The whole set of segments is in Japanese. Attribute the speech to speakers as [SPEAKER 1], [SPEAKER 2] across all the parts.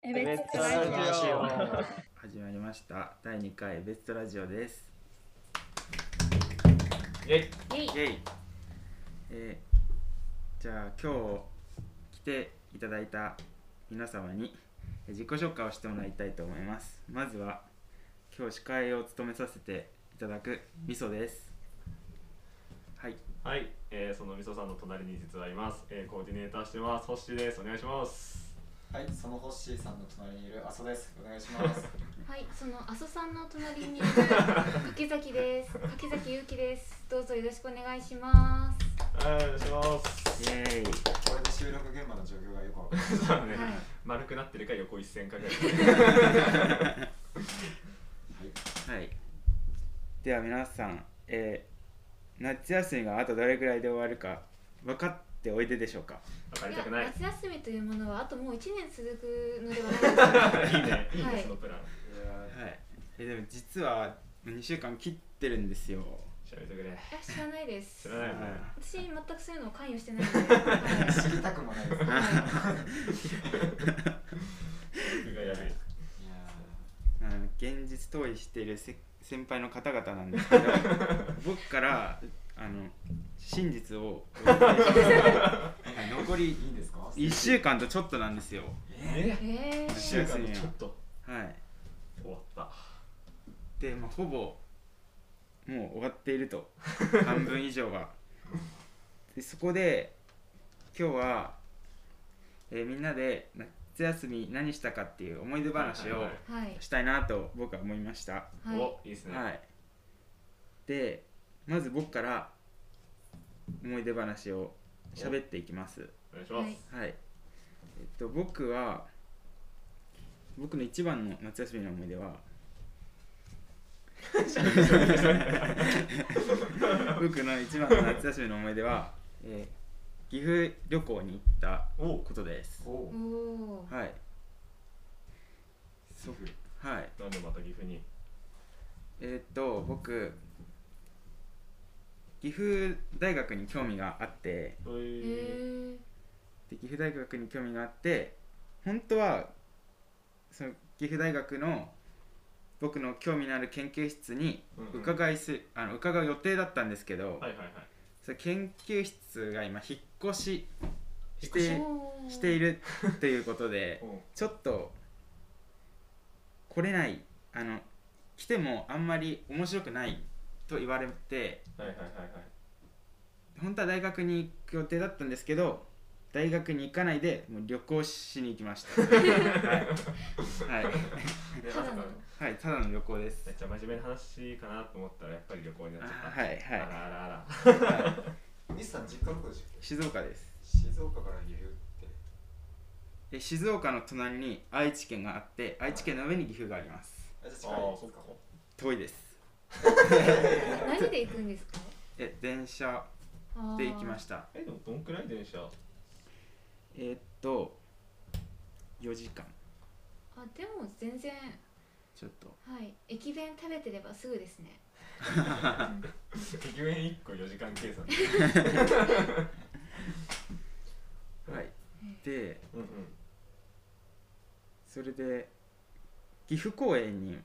[SPEAKER 1] え
[SPEAKER 2] ベッツラジオ
[SPEAKER 3] 始まりました第2回ベストラジオです
[SPEAKER 2] え
[SPEAKER 1] イェイ
[SPEAKER 3] イェイえーじゃあ今日来ていただいた皆様にえー自己紹介をしてもらいたいと思いますまずは今日司会を務めさせていただくみそですはい
[SPEAKER 4] はい、えー、そのみそさんの隣に実はいます、えー、コーディネーターしてますホッシーですお願いします
[SPEAKER 5] はい、そのホッシーさんの隣にいる阿蘇です。お願いし ます。
[SPEAKER 1] はい、その阿蘇さんの隣にいる柿崎です。柿崎ゆうきです。どうぞよろしくお願いします。
[SPEAKER 4] はいお願いします
[SPEAKER 3] イェイ
[SPEAKER 5] これで収録現場の状況がよくわかる。
[SPEAKER 4] そうだね、
[SPEAKER 1] はい
[SPEAKER 4] 丸くなってるか横一線かぐらい
[SPEAKER 3] はいでは皆さん、えー夏休みがあとどれぐらいで終わるか分かっておいででしょうか
[SPEAKER 4] 分かりたくないい
[SPEAKER 1] や夏休みというものはあともう一年続くのではないですか。
[SPEAKER 4] いいねいいね、
[SPEAKER 1] はい
[SPEAKER 4] そのプラン
[SPEAKER 3] はい、えでも実は2週間切ってるんですよ
[SPEAKER 4] 調べてく
[SPEAKER 1] い
[SPEAKER 4] れ
[SPEAKER 1] や知らないです
[SPEAKER 4] 知。らないよね、
[SPEAKER 1] 私全くそういうのを関与してないので。はい
[SPEAKER 5] 知りたくもないです。いや
[SPEAKER 4] 僕がやる
[SPEAKER 3] あの現実逃避しているせ先輩の方々な んですけど僕からあの真実 をお伝えしますはい残り
[SPEAKER 5] ーいいんですか。
[SPEAKER 3] 1週間とちょっとなんですよ
[SPEAKER 4] え
[SPEAKER 1] え
[SPEAKER 4] 1
[SPEAKER 1] ー、
[SPEAKER 4] 週間でちょっと
[SPEAKER 3] はい
[SPEAKER 4] 終わった
[SPEAKER 3] で、まあ、ほぼもう終わっている と半分以上がでそこで今日は、えーみんなで夏休み何したかっていう思い出
[SPEAKER 4] は
[SPEAKER 3] 話
[SPEAKER 4] い
[SPEAKER 3] を
[SPEAKER 4] はい
[SPEAKER 1] はい
[SPEAKER 3] したいなと僕は思いましたは
[SPEAKER 1] はい。
[SPEAKER 4] おいいです
[SPEAKER 3] い、
[SPEAKER 4] ね、
[SPEAKER 3] でまず僕から思い出話を喋っていきます
[SPEAKER 4] お願いします、
[SPEAKER 3] はいえっと僕は僕の一番の夏休みの思い出は僕の一番の夏休みの思い出は、えー岐阜旅行に行った
[SPEAKER 4] お
[SPEAKER 3] ことです
[SPEAKER 5] おお
[SPEAKER 1] お。おー。
[SPEAKER 3] はい
[SPEAKER 5] そう。
[SPEAKER 3] はい
[SPEAKER 4] なんでまた岐阜に
[SPEAKER 3] えーっと僕岐阜大学に興味があって
[SPEAKER 4] え
[SPEAKER 1] えー、
[SPEAKER 4] ー、
[SPEAKER 3] で岐阜大学に興味があって本当はその岐阜大学の僕の興味のある研究室に
[SPEAKER 4] うんうん
[SPEAKER 3] 伺いす、あの伺う予定だったんですけ
[SPEAKER 4] は
[SPEAKER 3] ど、
[SPEAKER 4] いはいはい
[SPEAKER 3] その研究室が今引っ越しし
[SPEAKER 1] お
[SPEAKER 3] て
[SPEAKER 1] ー
[SPEAKER 3] しているということで
[SPEAKER 4] うん
[SPEAKER 3] ちょっと来れないあの来てもあんまり面白くないと言われて
[SPEAKER 4] はいはいはいはい
[SPEAKER 3] 本当は大学に行く予定だったんですけど大学に行かないでもう旅行しに行きま した、はいはい
[SPEAKER 4] で
[SPEAKER 1] た
[SPEAKER 4] ま
[SPEAKER 1] だ
[SPEAKER 4] さ
[SPEAKER 1] の
[SPEAKER 4] か
[SPEAKER 3] はい、ただの旅行です
[SPEAKER 4] めっちゃ真面目な話かなと思ったらやっぱり旅行になっちゃった
[SPEAKER 3] はいはい
[SPEAKER 4] あらあらあら
[SPEAKER 5] ミスさん実家どこでしたっけ。
[SPEAKER 3] 静岡です
[SPEAKER 5] 静岡から岐阜って。
[SPEAKER 3] で静岡の隣に愛知県があって愛知県の上に岐阜があります
[SPEAKER 5] あ、じゃあ近
[SPEAKER 4] ああ
[SPEAKER 5] い
[SPEAKER 4] そっ
[SPEAKER 5] です
[SPEAKER 4] か
[SPEAKER 5] か。
[SPEAKER 3] 遠いです
[SPEAKER 1] 何で行くんですか。
[SPEAKER 3] え電車
[SPEAKER 1] あ
[SPEAKER 3] で行きま
[SPEAKER 1] し
[SPEAKER 3] した
[SPEAKER 4] えでもどんくらい電車
[SPEAKER 3] えーっと4時間
[SPEAKER 1] た。あでも全然
[SPEAKER 3] ちょっと
[SPEAKER 1] はい駅弁食べてればすぐですね。
[SPEAKER 4] 駅弁1個4時間計算
[SPEAKER 3] はいで
[SPEAKER 4] うんうん
[SPEAKER 3] それで岐阜公園に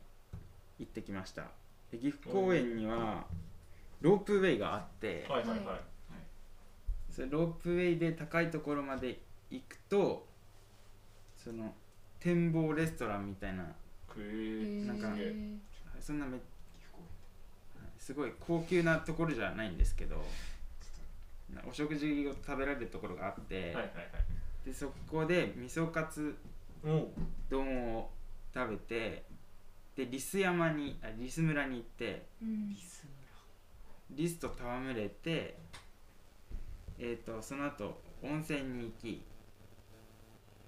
[SPEAKER 3] 行ってきましたで岐阜公園にはロープウェイがあって
[SPEAKER 4] はいはいはい、
[SPEAKER 1] は
[SPEAKER 3] それロープウェイで高いところまで行くとその展望レストランみたいな
[SPEAKER 4] く
[SPEAKER 1] へ
[SPEAKER 4] ー
[SPEAKER 1] ー
[SPEAKER 3] なんか
[SPEAKER 4] すげえ
[SPEAKER 3] そんなめ
[SPEAKER 5] 岐阜公園。
[SPEAKER 3] すごい高級なところじゃないんですけどなお食事を食べられるところがあって、
[SPEAKER 4] はいはい
[SPEAKER 3] でそこで味噌カツ
[SPEAKER 4] はいも
[SPEAKER 3] 丼を食べてでリス山にあリス村に行って
[SPEAKER 1] うん
[SPEAKER 5] リス
[SPEAKER 3] リスと戯れてえっ、とその後温泉に行き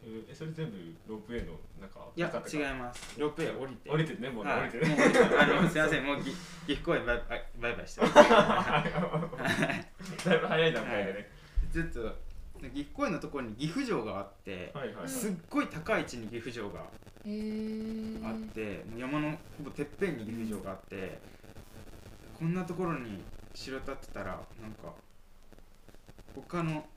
[SPEAKER 4] うえそれ全部ロープウェイの中
[SPEAKER 3] いや
[SPEAKER 4] 中って
[SPEAKER 3] 違
[SPEAKER 4] か
[SPEAKER 3] いますロープウェイ降りて
[SPEAKER 4] 降りてるねもうね、
[SPEAKER 3] はい
[SPEAKER 4] 降り てるね
[SPEAKER 3] あのすいませんもうぎ岐阜公園バイあバイバイしてます
[SPEAKER 4] だいぶ早い段階でね、
[SPEAKER 3] ずっと岐阜公園のところに岐阜城があって、
[SPEAKER 4] はい、はいはい
[SPEAKER 3] すっごい高い位置に岐阜城が
[SPEAKER 1] へえ
[SPEAKER 3] あって、もう山のほぼてっぺんに岐阜城があってこんなところに城立ってたらなんか他の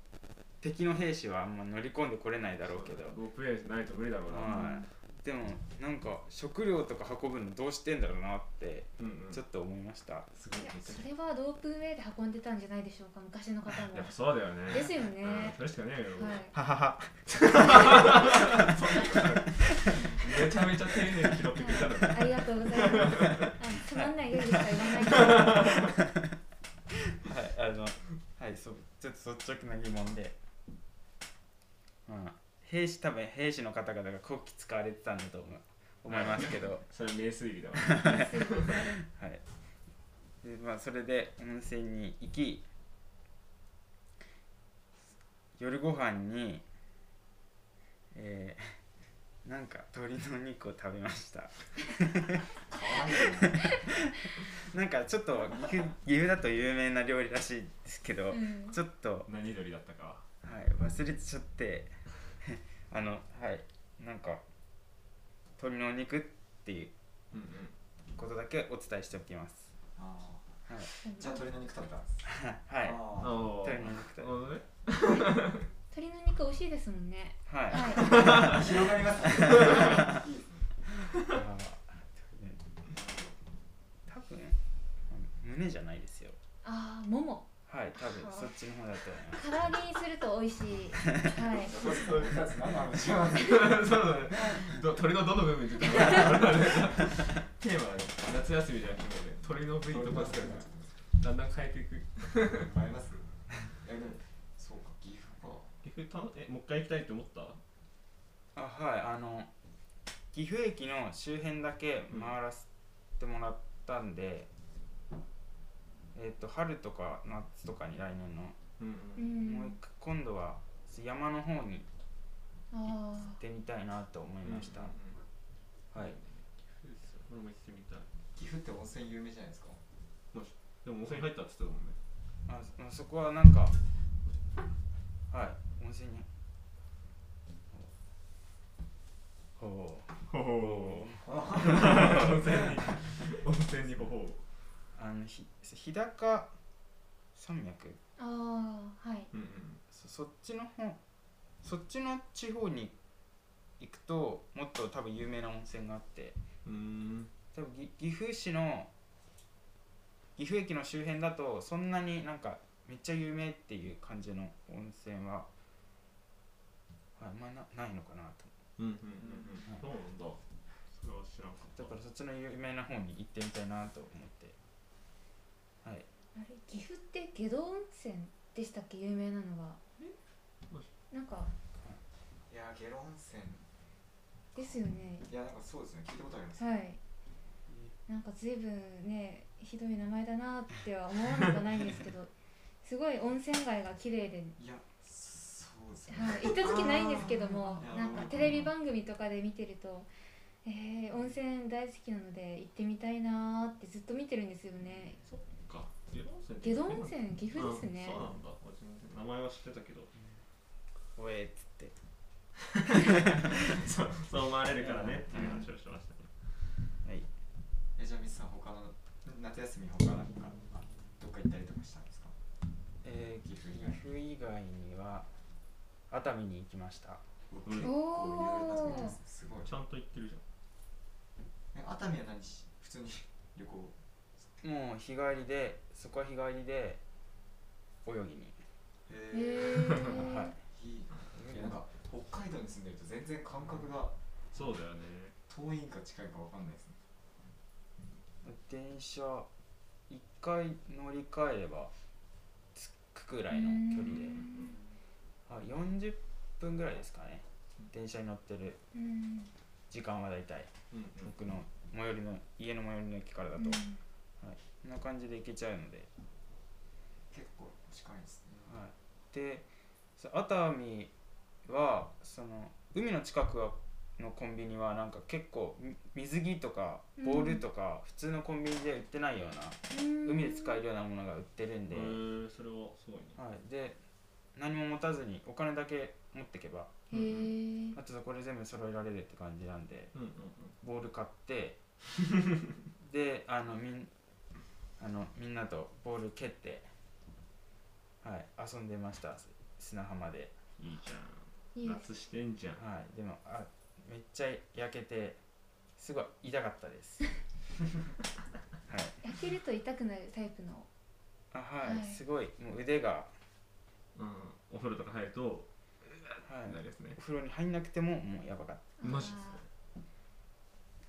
[SPEAKER 3] 敵の兵士はあんま乗り込んでこれないだろうけど、
[SPEAKER 4] ロープレイないと無理だろうな。
[SPEAKER 3] はいでもなんか食料とか運ぶのどうしてんだろうなって
[SPEAKER 4] うんうん。
[SPEAKER 3] ちょっと思いました、
[SPEAKER 4] すごい
[SPEAKER 1] いや
[SPEAKER 4] めっちゃ
[SPEAKER 1] それはロープウェイで運んでたんじゃないでしょうか昔の方も
[SPEAKER 4] やっぱそうだよね。
[SPEAKER 1] ですよね
[SPEAKER 4] うんそれしかねえよ。
[SPEAKER 1] はい
[SPEAKER 5] はは は
[SPEAKER 4] めちゃめちゃ丁寧に拾ってくれたのに。
[SPEAKER 1] ありがとうございますあのつまんないよりしか言わないから
[SPEAKER 3] はいあのはいそちょっと率直な疑問で、うん、兵士多分兵士の方々が国旗使われてたんだと思う思いますけど
[SPEAKER 4] それは名推理だわ。
[SPEAKER 3] はいでまあ、それで温泉に行き夜ご飯にえー、なんか鶏の肉を食べましたなんかちょっと岐阜岐阜だと有名な料理らしいですけど、
[SPEAKER 1] うん
[SPEAKER 3] ちょっと、
[SPEAKER 4] 何鳥だったか。
[SPEAKER 3] はい、忘れてちゃって あのはいなんか鶏のお肉っていう
[SPEAKER 4] うんうん。
[SPEAKER 3] ことだけお伝えしておきます
[SPEAKER 5] あ
[SPEAKER 3] はい
[SPEAKER 5] ーじゃあ鶏の肉食べたんです
[SPEAKER 3] はい。
[SPEAKER 4] あ
[SPEAKER 5] あ
[SPEAKER 4] の
[SPEAKER 3] 鳥の肉と
[SPEAKER 4] なるほどね。
[SPEAKER 1] 鶏の肉美味しいですもんね
[SPEAKER 3] はい。あ
[SPEAKER 1] はい
[SPEAKER 5] ー広がりますね いいですね
[SPEAKER 3] ー多分胸じゃないですよ。
[SPEAKER 1] ああもも
[SPEAKER 3] はい、多分
[SPEAKER 1] はあ
[SPEAKER 3] そっちの方だと思います。
[SPEAKER 1] 唐揚げにすると美味しいはい
[SPEAKER 5] そうそうそう何の話なんですか
[SPEAKER 4] そうだね。ど鳥のどの部分って言ったか分からないテーマはね、夏休みじゃなくてもね、鳥の部位とか使うから、だんだん変えていく。
[SPEAKER 5] マイナスえでもそうか岐阜か
[SPEAKER 4] 岐阜たえもう一回行きたいって思った？
[SPEAKER 3] あ、はい。あの岐阜駅の周辺だけ回らせてもらったんで、えっ、と春とか夏とかに来年の、
[SPEAKER 4] うん
[SPEAKER 1] う
[SPEAKER 3] もう一
[SPEAKER 1] ん
[SPEAKER 3] 回今度は山の方に行っ
[SPEAKER 1] あ
[SPEAKER 3] てみたいなと思いました。はい。
[SPEAKER 4] そうですよ俺も行ってみたい。
[SPEAKER 5] 岐阜って温泉有名じゃないですか
[SPEAKER 4] でも温泉入ったって言ってたもんね。
[SPEAKER 3] あそそこはなんかはい温泉にほう
[SPEAKER 4] ほほ 温泉に温泉にほほ
[SPEAKER 3] あのひ日高山脈
[SPEAKER 1] あああはい
[SPEAKER 4] うんうん。
[SPEAKER 3] そそっちの方そっちの地方に行くともっと多分有名な温泉があって
[SPEAKER 4] うーん。
[SPEAKER 3] 多分ぎ岐阜市の岐阜駅の周辺だとそんなになんかめっちゃ有名っていう感じの温泉は、はい、あんまなないのかなと
[SPEAKER 4] うんうんうんうん。そうなんだ。それは知らんかった。
[SPEAKER 3] だからそっちの有名な方に行ってみたいなと思ってはい
[SPEAKER 1] あれ岐阜って下道温泉でしたっけ有名なのは
[SPEAKER 4] もし
[SPEAKER 1] なんか
[SPEAKER 5] いやー下呂温泉
[SPEAKER 1] ですよね
[SPEAKER 5] いやなんかそうですね聞いたことあります
[SPEAKER 1] はいなんか随分ねひどい名前だなっては思わなくはないんですけ どすごい温泉街が綺麗で、
[SPEAKER 5] いやそうですね
[SPEAKER 1] はい、行った時ないんですけども
[SPEAKER 5] あー
[SPEAKER 1] なんかテレビ番組とかで見てるとえー、温泉大好きなので行ってみたいなーってずっと見てるんですよね
[SPEAKER 4] そっか。下呂温泉って
[SPEAKER 1] 下道温泉岐阜ですね
[SPEAKER 4] うんそうなんだ。私も名前は知ってたけど。
[SPEAKER 3] おえっつって
[SPEAKER 4] そう そう思われるからねっていう話をしてましたね。
[SPEAKER 3] はい
[SPEAKER 5] えじゃあミスさん他の夏休み他なんかあどっか行ったりとかしたんですか
[SPEAKER 3] えー、岐阜
[SPEAKER 5] 岐
[SPEAKER 3] 岐阜以外には熱海に行きました
[SPEAKER 4] うん
[SPEAKER 5] 結構いろいろなすごい
[SPEAKER 4] ちゃんと言ってるじゃ
[SPEAKER 5] え熱海は何し普通に旅行
[SPEAKER 3] もう日帰りでそこは日帰りで泳ぎに、
[SPEAKER 5] へ
[SPEAKER 1] へえ
[SPEAKER 3] は
[SPEAKER 5] ー、いいないやなんか北海道に住んでると全然感覚が
[SPEAKER 4] ん。そうだよね。
[SPEAKER 5] 遠いんか近いかわかんないですね
[SPEAKER 3] い電車一回乗り換えれば着くくらいの距離であ40分ぐらいですかね電車に乗ってる
[SPEAKER 1] うん
[SPEAKER 3] 時間はだいたい
[SPEAKER 4] うんうん。
[SPEAKER 3] 僕の最寄りの家の最寄りの駅からだと、
[SPEAKER 1] うん
[SPEAKER 3] こんな感じで行けちゃうので
[SPEAKER 5] 結構近いですね
[SPEAKER 3] はい、でそ熱海はその海の近くのコンビニはなんか結構み水着とかボールとか普通のコンビニで売ってないよう
[SPEAKER 1] う
[SPEAKER 3] な、
[SPEAKER 1] ん
[SPEAKER 3] 海で使えるようなものが売ってるん
[SPEAKER 4] へ
[SPEAKER 3] で,、
[SPEAKER 4] ーそれはすごいね。
[SPEAKER 3] はい、で何も持たずにお金だけ持ってけば
[SPEAKER 1] へー
[SPEAKER 3] あとそこで全部揃えられるって感じなんで
[SPEAKER 4] うんうん
[SPEAKER 3] ボール買って であのみんあのみんなとボール蹴って、はい、遊んでました砂浜で、
[SPEAKER 4] いいじ
[SPEAKER 1] いい
[SPEAKER 4] ゃん
[SPEAKER 1] で
[SPEAKER 4] 夏してんじゃん
[SPEAKER 3] はい、でもあめっちゃ焼けてすごい痛かったですはい
[SPEAKER 1] す焼けると痛くなるタイプの
[SPEAKER 3] あはい、
[SPEAKER 1] はい
[SPEAKER 3] すごいもう腕が、
[SPEAKER 4] うんお風呂とか入ると
[SPEAKER 3] は、
[SPEAKER 4] ないですね
[SPEAKER 3] お風呂に入んなくてももうやばかっ
[SPEAKER 4] マジで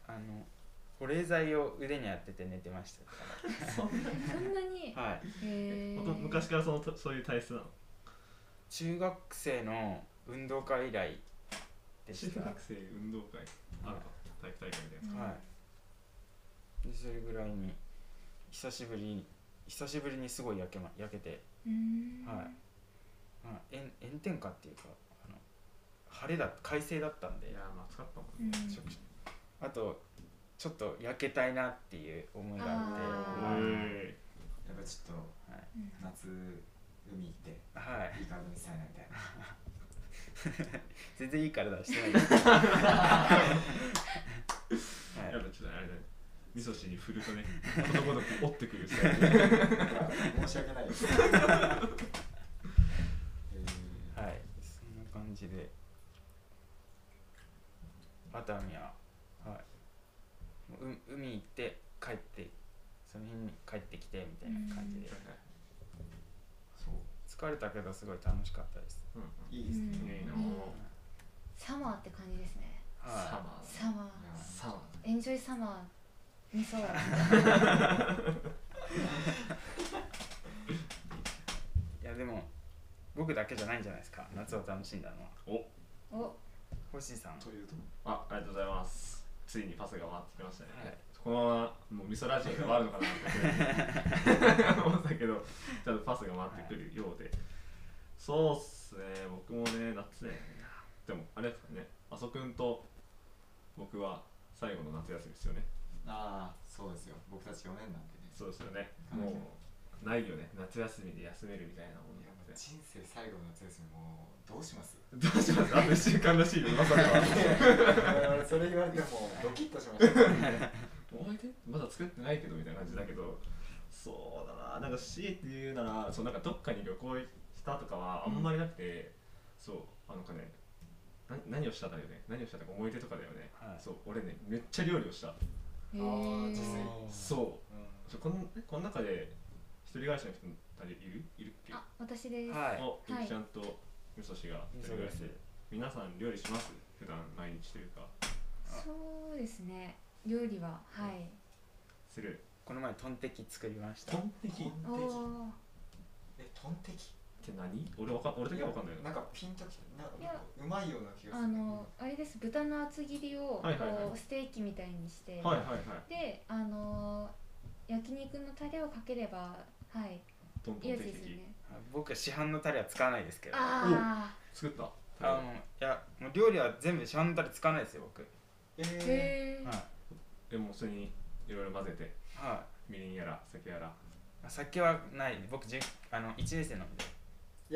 [SPEAKER 3] たあの保冷剤を腕に当てて寝てました
[SPEAKER 1] あーそんなに
[SPEAKER 3] からはい
[SPEAKER 1] へー
[SPEAKER 4] ほんと昔からそのそういう体質なの
[SPEAKER 3] 中学生の運動会以来で
[SPEAKER 4] 中
[SPEAKER 3] したは
[SPEAKER 4] 学生運動会あるか体育大会みたいな
[SPEAKER 1] うん
[SPEAKER 3] いでそれぐらいに久しぶりに久しぶりにすごい焼け,、ま、焼けて、
[SPEAKER 1] うーん
[SPEAKER 3] はいまあ、炎炎天下っていうかあの晴れだ快晴だったんで
[SPEAKER 4] いやーまあ暑かったも
[SPEAKER 1] うんん
[SPEAKER 4] ね
[SPEAKER 3] あとちょっと焼けたいなっていう思いが
[SPEAKER 1] あー
[SPEAKER 3] あっ
[SPEAKER 4] お
[SPEAKER 3] て
[SPEAKER 4] い
[SPEAKER 5] やっぱちょっと
[SPEAKER 1] うん
[SPEAKER 5] 夏海行って
[SPEAKER 3] はい
[SPEAKER 5] いい体にしたいなみたいな
[SPEAKER 3] 全然いい体はしてないですはい
[SPEAKER 4] やっぱちょっとあれだね味噌汁に振るとねことごとく折ってくるさ
[SPEAKER 5] 申し訳ないですえー
[SPEAKER 3] はいそんな感じで熱海ははいもうう海行って帰ってその日に帰ってきてみたいな感じで
[SPEAKER 4] そう
[SPEAKER 3] 疲れたけどすごい楽しかったです
[SPEAKER 4] うんうん
[SPEAKER 5] いいですね、
[SPEAKER 1] うん
[SPEAKER 4] いいな
[SPEAKER 1] サマーって感じですね
[SPEAKER 3] は
[SPEAKER 5] マ
[SPEAKER 1] サマー
[SPEAKER 5] いやサマー
[SPEAKER 1] エンジョイサマーにそうだな
[SPEAKER 3] いいやでも僕だけじゃないんじゃないですか夏を楽しんだのは
[SPEAKER 1] お
[SPEAKER 3] 星さん
[SPEAKER 5] というと
[SPEAKER 4] あありがとうございますついにパスが回ってきましたね、
[SPEAKER 3] はい
[SPEAKER 4] このままもう味噌ラジオで終わるのかなって 思ったけどちゃんとパスが回ってくるようで、そうっすね僕もね夏ねでもあれですかねあそくんと僕は最後の夏休みですよね
[SPEAKER 5] ああそうですよ僕たち4年なんでね
[SPEAKER 4] そうですよねもうないよね夏休みで休めるみたいなもん
[SPEAKER 5] いやもう
[SPEAKER 4] って
[SPEAKER 5] 人生最後の夏休みもうどうします
[SPEAKER 4] どうしますあと1週間らしいよまさかは
[SPEAKER 5] それ言われてもドキッとしました
[SPEAKER 4] お相手まだ作ってないけどみたいな感じだけどそうだななんか強いて言うならそうなんかどっかに旅行したとかはあんまりなくて、そうあのかねな何をしただよね何をしたとか思い出とかだよね、
[SPEAKER 3] はい
[SPEAKER 4] そう俺ねめっちゃ料理をした、
[SPEAKER 1] へ
[SPEAKER 5] ー
[SPEAKER 1] ー
[SPEAKER 5] 実際
[SPEAKER 4] そうちょこんこの中で一人暮らしの人誰いるいるっけ
[SPEAKER 1] あ私です
[SPEAKER 3] はい
[SPEAKER 4] おゆ
[SPEAKER 1] はい
[SPEAKER 4] きちゃんとみそしが一人暮らしで皆さん料理します普段毎日というか
[SPEAKER 1] そうですね料理ははい
[SPEAKER 4] する
[SPEAKER 3] この前トンテキ作りました
[SPEAKER 4] トンテキっ
[SPEAKER 1] お
[SPEAKER 5] トンテキ
[SPEAKER 1] お
[SPEAKER 5] えトンテキ
[SPEAKER 4] て何俺わかん俺だけわかんないよ
[SPEAKER 5] なんかピンときてなんか
[SPEAKER 1] いや
[SPEAKER 5] うまいような気がする
[SPEAKER 1] あのあれです豚の厚切りをこ
[SPEAKER 4] はいはいはいう
[SPEAKER 1] ステーキみたいにして
[SPEAKER 4] はいはいはい
[SPEAKER 1] であの焼肉のタレをかければはい
[SPEAKER 4] トント
[SPEAKER 1] いい
[SPEAKER 4] ン
[SPEAKER 1] や
[SPEAKER 4] テ
[SPEAKER 1] つ
[SPEAKER 4] キ
[SPEAKER 1] ですよね
[SPEAKER 3] 僕は市販のタレは使わないですけど
[SPEAKER 1] あ
[SPEAKER 4] 作った
[SPEAKER 3] あのいやもう料理は全部市販のタレ使わないですよ僕
[SPEAKER 1] あ
[SPEAKER 5] え
[SPEAKER 1] へえ
[SPEAKER 3] はい
[SPEAKER 4] でもそれにいろいろ混ぜて
[SPEAKER 3] は
[SPEAKER 4] みりんやら酒や ら
[SPEAKER 3] い酒はない僕じゅあの1年生なんで
[SPEAKER 5] ー、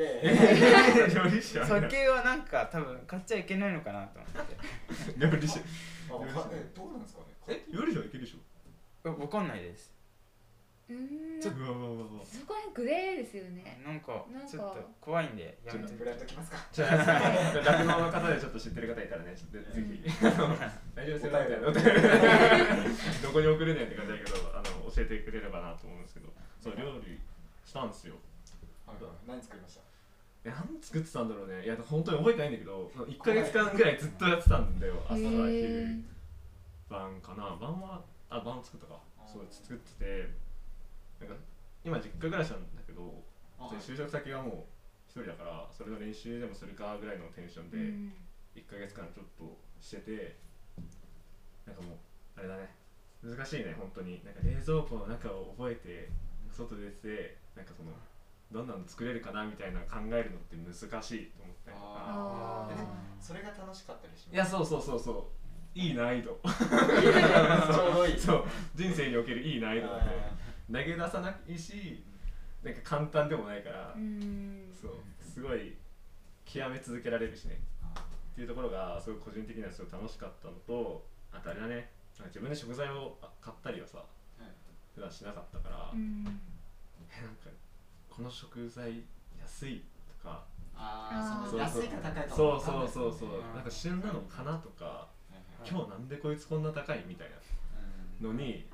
[SPEAKER 5] いやいやい や
[SPEAKER 4] 料理酒ある
[SPEAKER 3] 酒はなんか多分買っちゃいけないのかなと思って
[SPEAKER 4] 料理酒
[SPEAKER 5] あわかえどうなんですかね
[SPEAKER 4] え料理酒はいけるでしょ
[SPEAKER 3] え わかんないです
[SPEAKER 1] うーん
[SPEAKER 4] うわうわうわうわ
[SPEAKER 1] そこら辺グレーですよね
[SPEAKER 3] なんか
[SPEAKER 1] なんか
[SPEAKER 3] ちょっと怖いんでや
[SPEAKER 5] ちょ
[SPEAKER 3] め
[SPEAKER 5] っと
[SPEAKER 3] て
[SPEAKER 5] ブランドきますか
[SPEAKER 4] じゃあ酪農の方でちょっと知ってる方いたらねちょっとぜひ 大丈夫ですよみたいなお便り どこに送るねんって感じだけどあの教えてくれればなと思うんですけどそう料理したんですよ
[SPEAKER 5] はいはい何作りました
[SPEAKER 4] え何作ってたんだろうねいや本当に覚えてないんだけど1か月間ぐらいずっとやってたんだよ朝
[SPEAKER 1] へ
[SPEAKER 4] 昼
[SPEAKER 1] え
[SPEAKER 4] 晩かな晩はあ晩作ったか
[SPEAKER 5] あー
[SPEAKER 4] そう作っててなんか今実家暮らしなんだけど
[SPEAKER 5] は
[SPEAKER 4] で
[SPEAKER 5] い
[SPEAKER 4] 就職先がもう一人だからそれの練習でもするかぐらいのテンションで1ヶ月間ちょっとしててなんかもうあれだね難しいね本当になんか冷蔵庫の中を覚えて外出てなんかそのどんなの作れるかなみたいな考えるのって難しいと思ったりとか
[SPEAKER 1] あ
[SPEAKER 5] えでも
[SPEAKER 1] あ
[SPEAKER 5] それが楽しかったりします
[SPEAKER 4] いやそうそうそうそういい難易度
[SPEAKER 5] ちょうどいい
[SPEAKER 4] そう人生におけるいい難易度だね
[SPEAKER 5] あ
[SPEAKER 4] 投げ出さないしなんか簡単でもないから、
[SPEAKER 1] うーん
[SPEAKER 4] そうすごい極め続けられるしねっていうところがすごい個人的にはすごい楽しかったのとあとあれだねなんか自分で食材を買ったりはさ
[SPEAKER 5] ーはい
[SPEAKER 4] 普段しなかったから、
[SPEAKER 1] うん
[SPEAKER 4] えなんかこの食材安いとか
[SPEAKER 5] ああ、そ
[SPEAKER 4] そう
[SPEAKER 5] の安
[SPEAKER 4] そう
[SPEAKER 5] いか高いか
[SPEAKER 4] そ
[SPEAKER 5] も
[SPEAKER 4] う
[SPEAKER 5] 分かん
[SPEAKER 4] そ
[SPEAKER 5] な
[SPEAKER 4] う
[SPEAKER 5] いです
[SPEAKER 4] そうそ
[SPEAKER 5] もんね
[SPEAKER 4] う
[SPEAKER 3] うん
[SPEAKER 4] なんか旬なのかなとか
[SPEAKER 5] はいはい
[SPEAKER 4] 今日なんでこいつこんな高いみたいなのに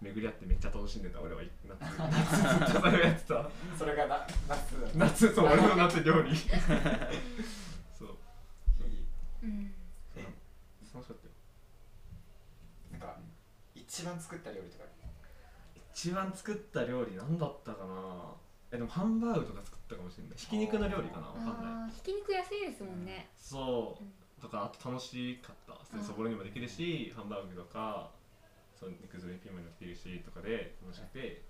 [SPEAKER 4] 巡り合ってめっちゃ楽しんでた俺は 夏 夏ずっとそれをやってた
[SPEAKER 5] うんそれがな夏だ
[SPEAKER 4] 夏そう俺の夏料 理そう
[SPEAKER 1] うん
[SPEAKER 5] え
[SPEAKER 4] 楽しかったよ
[SPEAKER 5] なんか一番作った料理とか
[SPEAKER 4] 一番作った料理なんだったかなえでもハンバーグとか作ったかもしれないひき肉の料理かなわかんない
[SPEAKER 1] あーひき肉安いですもんね
[SPEAKER 4] そう
[SPEAKER 1] うん
[SPEAKER 4] とかあと楽しかった
[SPEAKER 1] あー
[SPEAKER 4] そそぼろにもできるしハンバーグとかそう肉詰めピーマンにもできるしとかで楽しくて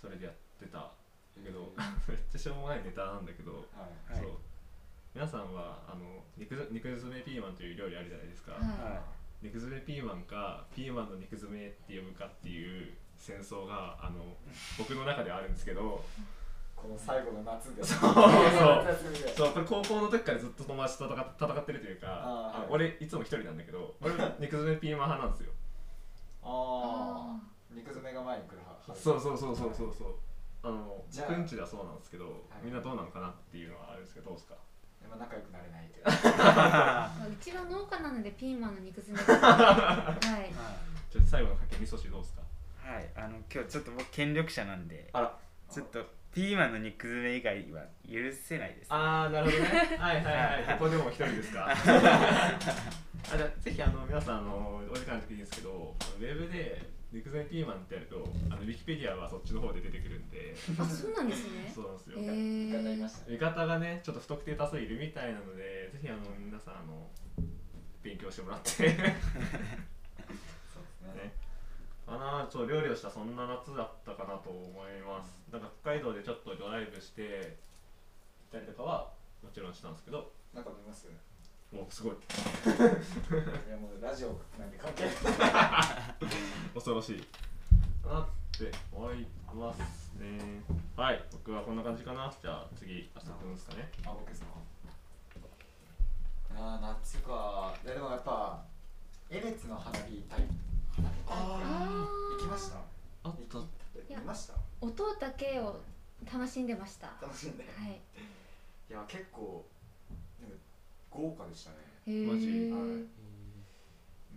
[SPEAKER 4] それでやってた けどめっちゃしょうもないネタなんだけど、
[SPEAKER 5] はい
[SPEAKER 3] はい
[SPEAKER 4] そう皆さんはあの肉詰肉詰めピーマンという料理あるじゃないですか、
[SPEAKER 1] は
[SPEAKER 3] は
[SPEAKER 4] 肉詰めピーマンかピーマンの肉詰めって呼ぶかっていう戦争があ の僕の中ではあるんですけど
[SPEAKER 5] この最後の夏で
[SPEAKER 4] そう
[SPEAKER 5] 夏休みで
[SPEAKER 4] そうこれ高校の時からずっと友達と戦戦ってるというか
[SPEAKER 5] あー
[SPEAKER 4] あの
[SPEAKER 5] はい
[SPEAKER 4] 俺いつも一人なんだけ ど俺も肉詰めピーマン派なんですよ
[SPEAKER 5] ああ肉詰めが前に来る派
[SPEAKER 4] そうそうそうそうそうそうあの
[SPEAKER 5] じゃあ
[SPEAKER 4] 僕んちではそうなんですけど、
[SPEAKER 5] い
[SPEAKER 4] みんなどうなのかなっていうのはあるんですけどどうですか
[SPEAKER 5] でも仲良くなれないけど
[SPEAKER 1] い、
[SPEAKER 3] い。
[SPEAKER 1] うちは農家なのでピーマンの肉詰 めですねはい
[SPEAKER 4] じゃあ最後のかけ味噌汁どうですか
[SPEAKER 3] はい、あの今日ちょっと僕権力者なんで、
[SPEAKER 4] あら
[SPEAKER 3] ちょっとピーマンの肉詰め以外は許せないです。
[SPEAKER 4] あーなるほどねはいはいはいここでも一人です かあじゃあぜひあの皆さんあのお時間の時にですけどウェブで肉詰めピーマンってやるとあのウィキペディアはそっちの方で出てくるんで
[SPEAKER 1] あそうなんですね
[SPEAKER 4] そうなんですよ、
[SPEAKER 1] え
[SPEAKER 5] 一回なり
[SPEAKER 1] ー
[SPEAKER 5] ま、したね
[SPEAKER 4] 見方がねちょっと不特定多数いるみたいなのでぜひあの皆さんあの勉強してもらってね
[SPEAKER 5] そうですね
[SPEAKER 4] かなちょっと料理をしたそんな夏だったかなと思いますなんか北海道でちょっとドライブして行ったりとかはもちろんしたんですけど
[SPEAKER 5] なんか見ますい
[SPEAKER 4] もうすごい
[SPEAKER 5] やもうラジオなんで関係ない
[SPEAKER 4] 恐ろしいなって思いますねはい僕はこんな感じかなじゃあ次あさくんですかね
[SPEAKER 5] あ、僕ですかあー、夏かいやでもやっぱエレツの花火大花火大会
[SPEAKER 1] あー
[SPEAKER 5] 行きました
[SPEAKER 4] あっ
[SPEAKER 5] 行き
[SPEAKER 4] た
[SPEAKER 5] え
[SPEAKER 1] いや
[SPEAKER 5] 見ました
[SPEAKER 1] 音だけを楽しんでましたは
[SPEAKER 5] 楽しんでい
[SPEAKER 1] い
[SPEAKER 5] や、結構なんか豪華でしたね
[SPEAKER 1] へー
[SPEAKER 4] マジ
[SPEAKER 5] は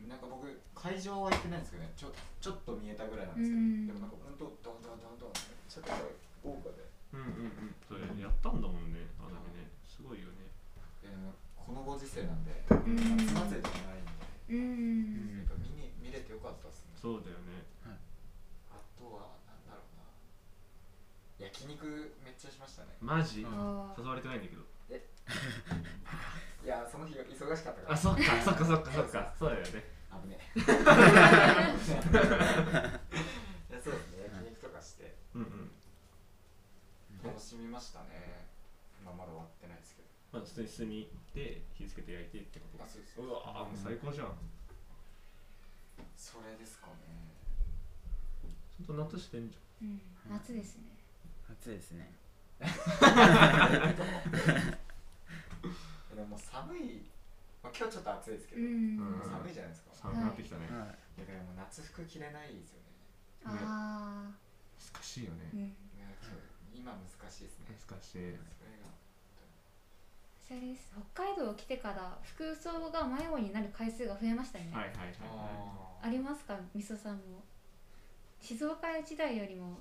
[SPEAKER 5] いなんか僕会場は行ってないんですけどねちょちょっと見えたぐらいなんですけど、
[SPEAKER 1] うん
[SPEAKER 5] でもなんか本当ドンドンドンドンってちょっと豪華で
[SPEAKER 4] うんうんうんそれやったんだもんねあれねすごいよね
[SPEAKER 5] でもこのご時世なんで
[SPEAKER 1] ん
[SPEAKER 5] 夏祭りとかないん
[SPEAKER 1] う
[SPEAKER 5] で
[SPEAKER 1] ん
[SPEAKER 3] うん
[SPEAKER 5] やっぱ見に見れてよかったですね
[SPEAKER 4] そうだよね
[SPEAKER 5] あとはなんだろうな焼肉めっちゃしましたね
[SPEAKER 4] マジ
[SPEAKER 1] あー
[SPEAKER 4] 誘われてないんだけど
[SPEAKER 5] いやその日が忙しかったから
[SPEAKER 4] あそ っかそっかそっかそっかそうだよね
[SPEAKER 5] 危ね えいやそうですね焼肉とかして
[SPEAKER 4] うんうん
[SPEAKER 5] 楽しみましたねまあまだ終わってないですけど
[SPEAKER 4] まあ普通に炭で火つけて焼いてってこと
[SPEAKER 5] あそうです
[SPEAKER 4] うわーもう最高じゃん
[SPEAKER 5] それですかね
[SPEAKER 4] ちょっと夏してんじ
[SPEAKER 1] うん夏ですね
[SPEAKER 3] 暑いですね。
[SPEAKER 5] でももう寒い、まあ、今日ちょっと暑いですけ
[SPEAKER 1] う
[SPEAKER 5] ど、
[SPEAKER 1] ん
[SPEAKER 4] うん
[SPEAKER 5] 寒いじゃないですか
[SPEAKER 4] ゃん寒くなってきたね
[SPEAKER 3] はい。
[SPEAKER 5] だからもう夏服着れないですよね
[SPEAKER 1] あ
[SPEAKER 4] 難しいよ
[SPEAKER 1] ーうん
[SPEAKER 4] ね
[SPEAKER 5] ね今難しいですね
[SPEAKER 4] 難しい
[SPEAKER 5] それが
[SPEAKER 1] それです北海道来てから服装が迷子になる回数が増えましたね、
[SPEAKER 4] はいはいはいは
[SPEAKER 5] あ
[SPEAKER 1] ありますかみそさんも静岡時代よりも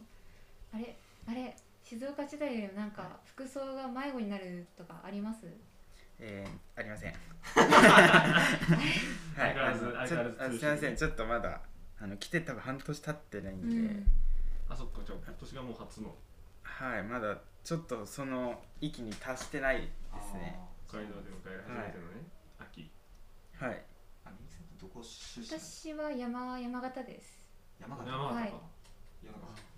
[SPEAKER 1] あれあれ静岡時代よりもなんか服装が迷子になるとかあります
[SPEAKER 3] えー、あり ません。は
[SPEAKER 4] 相変わらず
[SPEAKER 3] あのち
[SPEAKER 4] 相
[SPEAKER 3] ょ
[SPEAKER 4] 変わらず
[SPEAKER 3] あ
[SPEAKER 4] 通
[SPEAKER 3] す
[SPEAKER 4] 信
[SPEAKER 3] いません、ちょっとまだあの来て多分半年経ってないん
[SPEAKER 1] う
[SPEAKER 3] で、
[SPEAKER 1] ん
[SPEAKER 4] いあそっかじゃあ今年がもう初の
[SPEAKER 3] はい、まだちょっとその域に達してないですね。
[SPEAKER 4] 北海道で迎える初めてのね秋
[SPEAKER 3] はい。
[SPEAKER 5] あみゆきさんってどこ出身
[SPEAKER 1] 私は山山形です
[SPEAKER 5] 山形
[SPEAKER 4] 山
[SPEAKER 1] は
[SPEAKER 4] 形
[SPEAKER 1] い
[SPEAKER 4] か
[SPEAKER 5] いや